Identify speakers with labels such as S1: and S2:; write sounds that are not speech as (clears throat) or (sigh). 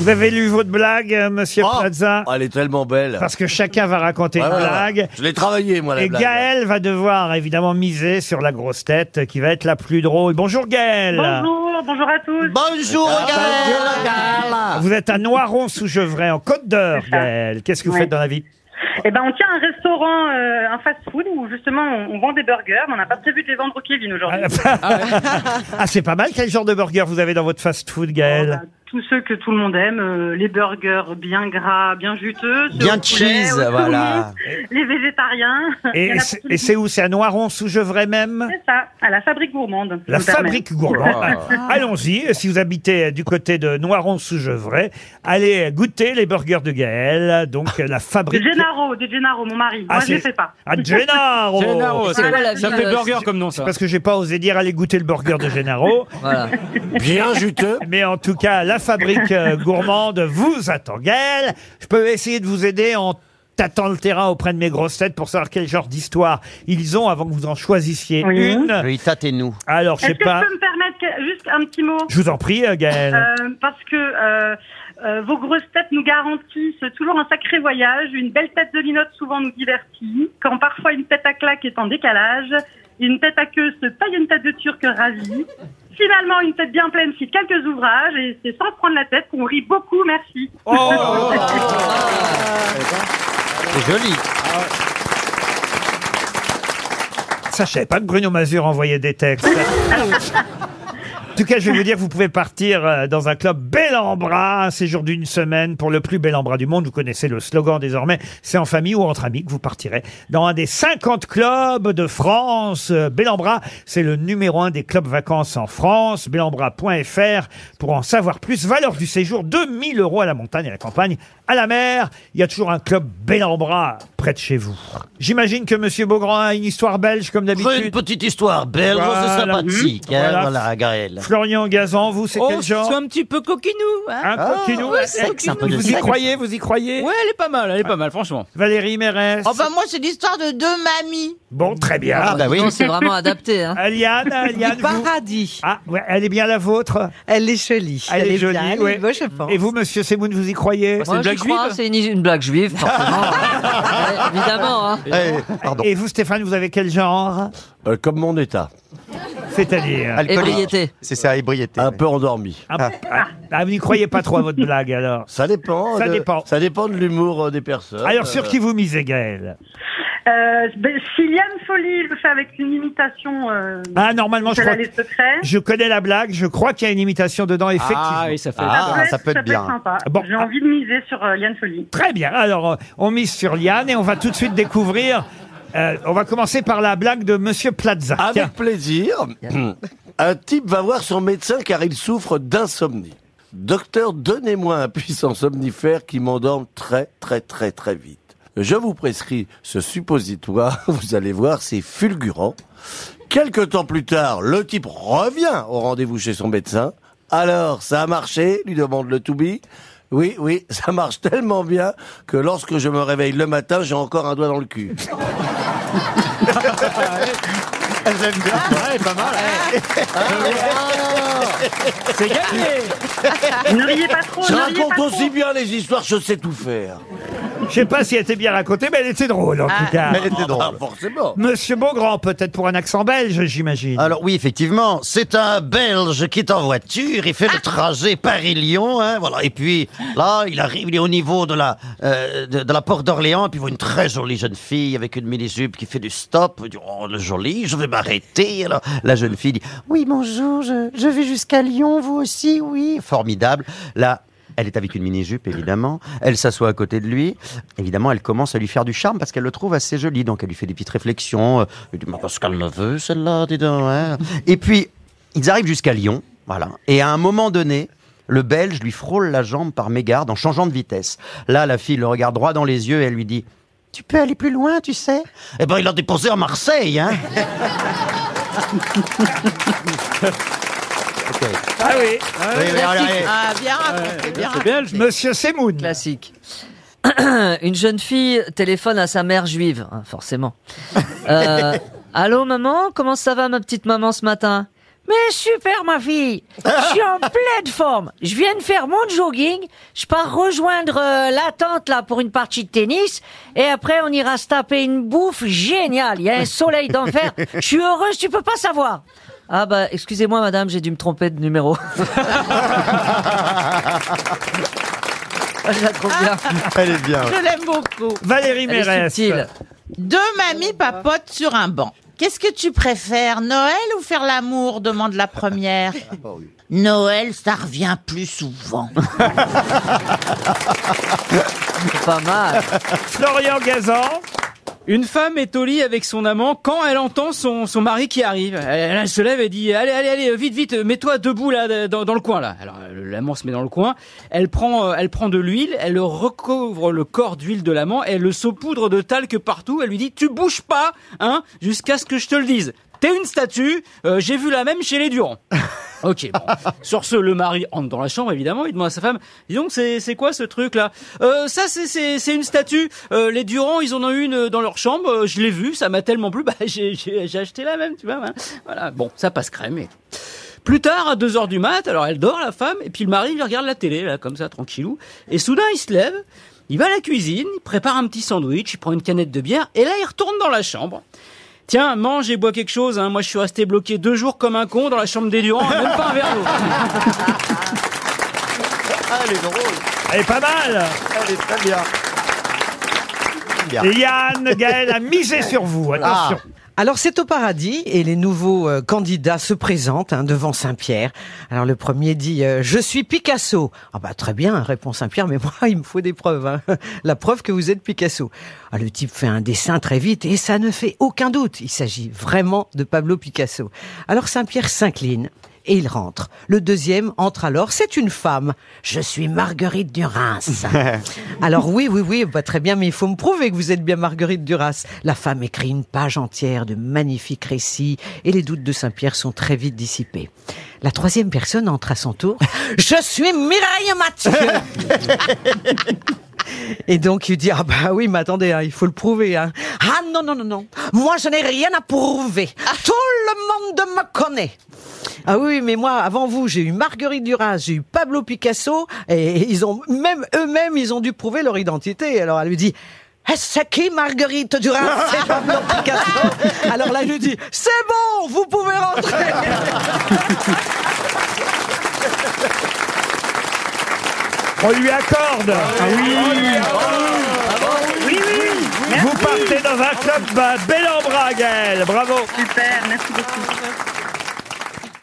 S1: Vous avez lu votre blague, euh, monsieur
S2: Oh,
S1: Plaza
S2: elle est tellement belle.
S1: Parce que chacun va raconter
S2: Ouais,
S1: une
S2: ouais, ouais.
S1: blague.
S2: Je l'ai travaillé, moi, la
S1: Et
S2: blague.
S1: Gaël va devoir évidemment miser sur la grosse tête qui va être la plus drôle. Bonjour Gaël
S3: Bonjour, bonjour à tous.
S2: Bonjour, Gaël, Gaël.
S1: Vous êtes à Noiron-sous-Gevrey, en Côte d'Or,
S3: C'est ça.
S1: Gaël. Qu'est-ce que vous
S3: Ouais.
S1: faites dans la vie
S3: Eh ben, on tient un restaurant, euh, un fast-food où justement on, on vend des burgers, mais on n'a pas prévu de les vendre au Kevin aujourd'hui.
S1: (laughs) Ah, c'est pas mal. Quel genre de burger vous avez dans votre fast-food,
S3: On
S1: Gaël
S3: a bah, Tous ceux que tout le monde aime, euh, les burgers bien gras, bien juteux, ceux
S2: Bien
S3: au poulet,
S2: cheese,
S3: au saumon,
S2: voilà.
S3: Les végétariens. bah, Il y en
S1: Et
S3: a
S1: c'est-
S3: pour tous les
S1: et c'est où C'est à Noiron-sous-Gevrey même
S3: goûts. C'est ça, à la fabrique gourmande.
S1: La
S3: je me permets.
S1: fabrique gourmande. Allons-y, si vous habitez euh, du côté de Noiron-sous-Gevrey, allez euh, goûter les burgers de Gaël, donc euh, la
S3: De
S1: fabrique...
S3: Gennaro, de Gennaro, mon mari.
S1: Ah,
S3: Moi, je ne
S1: c'est-
S3: fais pas.
S1: Ah, Gennaro
S4: Gennaro,
S5: C'est
S4: ça-
S5: quoi la
S4: Oh, ça
S5: vie,
S4: fait
S5: euh,
S4: burger comme nom, ça.
S1: Parce que j'ai pas osé dire allez goûter le burger de Gennaro,
S5: Voilà.
S2: Bien juteux.
S1: mais en tout cas, la fabrique euh, gourmande vous attend. Gaël, je peux essayer de vous aider en tâtant le terrain auprès de mes grosses têtes pour savoir quel genre d'histoire ils ont avant que vous en choisissiez
S3: Oui.
S1: une.
S2: Oui, tâtez-nous.
S1: Alors, je
S3: Est-ce
S1: sais
S3: que
S1: pas.
S3: je peux me permettre que- juste un petit mot
S1: Je vous en prie, euh, Gaël.
S3: Euh, parce que euh, euh, vos grosses têtes nous garantissent toujours un sacré voyage. Une belle tête de linotte souvent nous divertit. Quand parfois une tête à claque est en décalage, une tête à queue se paye une tête de turc ravie. Finalement, une tête bien pleine cite quelques ouvrages et c'est sans se prendre la tête qu'on rit beaucoup. Merci.
S2: C'est joli.
S1: Ça, je savais pas que Bruno Mazur envoyait des textes. en tout cas, je vais vous dire que vous pouvez partir euh, dans un club bel en bras, un séjour d'une semaine pour le plus bel en bras du monde. Vous connaissez le slogan désormais. C'est en famille ou entre amis que vous partirez dans un des 50 clubs de France. Euh, Bel en bras, c'est le numéro un des clubs vacances en France. Belambras.fr pour en savoir plus. Valeur du séjour, 2000 euros à la montagne, à la campagne, à la mer. Il y a toujours un club bel en bras près de chez vous. J'imagine que Monsieur Beaugrand a une histoire belge comme
S2: Une
S1: d'habitude.
S2: petite histoire belle,
S1: Voilà.
S2: c'est sympathique. hein,
S1: Voilà.
S2: Voilà, Gaël.
S1: Florian Gazan, vous, c'est
S4: Oh,
S1: quel
S4: c'est
S1: genre
S4: un petit peu coquinou. Hein
S1: Un coquinou.
S4: ouais,
S1: Eh,
S4: c'est un
S2: Sexe, un peu de
S4: coquinou.
S1: Vous y
S2: sexe.
S1: croyez, vous y croyez
S4: Ouais, elle est pas mal, elle est pas mal, franchement.
S1: Valérie Mérès.
S6: Oh bah moi c'est l'histoire de deux mamies.
S1: Bon, très bien.
S2: Ah, bah oui.
S5: Non, c'est vraiment adapté.
S6: (laughs)
S5: Hein.
S1: Aliane, Aliane, vous-
S6: Paradis.
S1: Ah, ouais, elle est bien la vôtre.
S6: Elle est jolie.
S1: Elle est jolie,
S6: bien,
S1: ouais.
S6: elle est beau, je pense.
S1: Et vous, monsieur Semoun, vous y croyez
S4: C'est une
S5: Moi, je
S4: blague
S5: crois,
S4: juive
S5: c'est une, une blague juive,
S6: (laughs)
S5: forcément. Ouais, évidemment. Hein.
S2: Eh, pardon.
S1: Et vous, Stéphane, vous avez quel genre
S2: Euh, comme mon état.
S1: C'est-à-dire
S5: Ébriété.
S7: C'est ça, ébriété.
S8: Ah,
S2: Un peu endormi.
S1: Un- Ah, vous n'y croyez pas trop à votre blague, alors
S2: Ça dépend.
S1: Ça
S2: de,
S1: dépend.
S2: Ça dépend de l'humour euh, des personnes.
S1: Alors, sur
S2: Euh,
S1: qui vous misez, Gaël
S3: (laughs) Euh, ben, Cillian Folly le fait avec une imitation. Euh,
S1: Ah, normalement, je
S3: je
S1: crois...
S3: les secrets.
S1: Je connais la blague, je crois qu'il y a une imitation dedans, effectivement.
S4: Ah oui, ça fait.
S7: Ah, ça peut être bien.
S3: sympa.
S1: Bon.
S3: J'ai envie de miser sur euh, Liane Folly.
S1: Très bien. Alors, euh, on mise sur Liane et on va tout de suite découvrir. euh, on va commencer par la blague de Monsieur Plaza. Tiens.
S2: Avec plaisir. (clears throat) Un type va voir son médecin car il souffre d'insomnie. Docteur, donnez-moi un puissant somnifère qui m'endorme très très très très vite. Je vous prescris ce suppositoire, (laughs) vous allez voir, c'est fulgurant. Quelque temps plus tard, le type revient au rendez-vous chez son médecin. Alors, ça a marché lui demande le toubib. Oui, oui, (laughs) ça marche tellement bien que lorsque je me réveille le matin, j'ai encore un doigt dans le cul.
S7: J'aime bien.
S4: C'est gagné
S3: Ne riez pas trop.
S2: Je
S3: ne riez pas
S2: raconte
S3: trop.
S2: aussi bien les histoires, je sais tout
S8: (laughs)
S2: faire.
S1: Je sais pas si elle était bien racontée, mais elle était drôle, en tout cas.
S7: Elle était
S2: Ah,
S7: drôle.
S2: forcément.
S1: Monsieur Beaugrand, peut-être pour un accent belge, j'imagine.
S8: Alors oui, effectivement, c'est un Belge qui est en voiture, il fait le trajet Paris-Lyon, hein, voilà. Et puis là, il arrive, il est au niveau de la euh, de, de la porte d'Orléans, et puis il voit une très jolie jeune fille avec une mini jupe qui fait du stop. Il dit oh le joli, je vais m'arrêter. Alors la jeune fille dit oui bonjour, je, je vais jusqu'à Lyon, vous aussi, oui. Formidable. Là. Elle est avec une mini-jupe, évidemment. Elle s'assoit à côté de lui. Évidemment, elle commence à lui faire du charme parce qu'elle le trouve assez joli. Donc, elle lui fait des petites réflexions. Elle dit, mais parce qu'elle le veut, celle-là, dis donc. hein. Et puis, ils arrivent jusqu'à Lyon. Voilà. Et à un moment donné, le Belge lui frôle la jambe par mégarde en changeant de vitesse. Là, la fille le regarde droit dans les yeux et elle lui dit, tu peux aller plus loin, tu sais Eh ben, il l'a déposé à Marseille, hein
S1: Ah oui.
S7: (laughs) Oui, oui, allez, allez.
S6: Ah, bien raconté, bien
S4: C'est
S6: raconté.
S4: belge, mais.
S1: Monsieur Semoun.
S9: (clears throat)
S5: Classique. Une jeune fille téléphone à sa mère juive, hein, forcément. Euh, Allô maman, comment ça va ma petite maman ce matin
S9: Mais super, ma fille. Je suis en pleine forme. Je viens de faire mon jogging. Je pars rejoindre euh, la tante là pour une partie de tennis. Et après, on ira se taper une bouffe géniale. Il y a un soleil d'enfer. Je suis heureuse, tu peux pas savoir.
S5: Ah bah, excusez-moi madame, j'ai dû me tromper
S9: (laughs)
S5: de numéro. Je la trouve bien.
S7: Elle est bien.
S6: Je l'aime beaucoup.
S1: Valérie
S5: Elle est
S1: Mérès.
S5: subtile.
S6: Deux mamies papotent sur un banc. Qu'est-ce que tu préfères, Noël ou faire l'amour demande la première. Noël, ça revient plus souvent.
S5: C'est pas mal.
S1: Florian Gazan.
S4: Une femme est au lit avec son amant quand elle entend son, son mari qui arrive. Elle, elle se lève et dit allez allez allez vite vite mets-toi debout là dans, dans le coin là. Alors euh, l'amant se met dans le coin. Elle prend euh, elle prend de l'huile. Elle recouvre le corps d'huile de l'amant. Elle le saupoudre de talc partout. Elle lui dit tu bouges pas hein jusqu'à ce que je te le dise. T'es une statue. euh, J'ai vu la même chez les Durand. Ok, bon. Sur ce, le mari entre dans la chambre, évidemment, il demande à sa femme, dis donc, c'est c'est quoi ce truc-là euh, Ça, c'est- c'est c'est une statue. Euh, les Durand, ils en ont une euh, dans leur chambre. Euh, je l'ai vue, ça m'a tellement plu, (laughs) bah, j'ai j'ai- j'ai acheté la même, tu vois. hein. Voilà, bon, ça passe crème. Et... Plus tard, à 2 heures du mat, alors elle dort, la femme, et puis le mari, il regarde la télé, là, comme ça, tranquillou. Et soudain, il se lève, il va à la cuisine, il prépare un petit sandwich, il prend une canette de bière, et là, il retourne dans la chambre. Tiens, mange et bois quelque chose. Hein. Moi, je suis resté bloqué deux jours comme un con dans la chambre des Durand, même pas un verre d'eau.
S7: Elle est drôle.
S1: Elle est pas mal.
S7: Elle est très bien.
S1: Et Yann, Gaël a misé sur vous. Attention.
S10: Alors c'est au paradis et les nouveaux euh, candidats se présentent hein, devant Saint-Pierre. Alors le premier dit euh, je suis Picasso. Ah bah très bien, répond Saint-Pierre, mais moi il me faut des preuves. hein. La preuve que vous êtes Picasso. Ah, le type fait un dessin très vite et ça ne fait aucun doute. Il s'agit vraiment de Pablo Picasso. Alors Saint-Pierre s'incline. Et il rentre. Le deuxième entre alors. C'est une femme. Je suis Marguerite Duras. alors oui, oui, oui, bah, très bien, mais il faut me prouver que vous êtes bien Marguerite Duras. La femme écrit une page entière de magnifiques récits et les doutes de Saint-Pierre sont très vite dissipés. La troisième personne entre à son tour. Je suis Mireille Mathieu. Et donc, il dit, ah bah oui, mais attendez, hein, il faut le prouver. hein. Ah non, non, non, non. Moi, je n'ai rien à prouver. Tout le monde me connaît. Ah oui, mais moi, avant vous, j'ai eu Marguerite Duras, j'ai eu Pablo Picasso, et ils ont, même eux-mêmes, ils ont dû prouver leur identité. Alors, elle lui dit, Eh, c'est qui Marguerite Duras C'est Pablo Picasso. Alors là, elle lui dit, c'est bon, vous pouvez rentrer.
S1: On lui accorde. Ah oui, Vous partez dans un club bah, bel en bras, Gaël. Bravo.
S3: Super, merci beaucoup.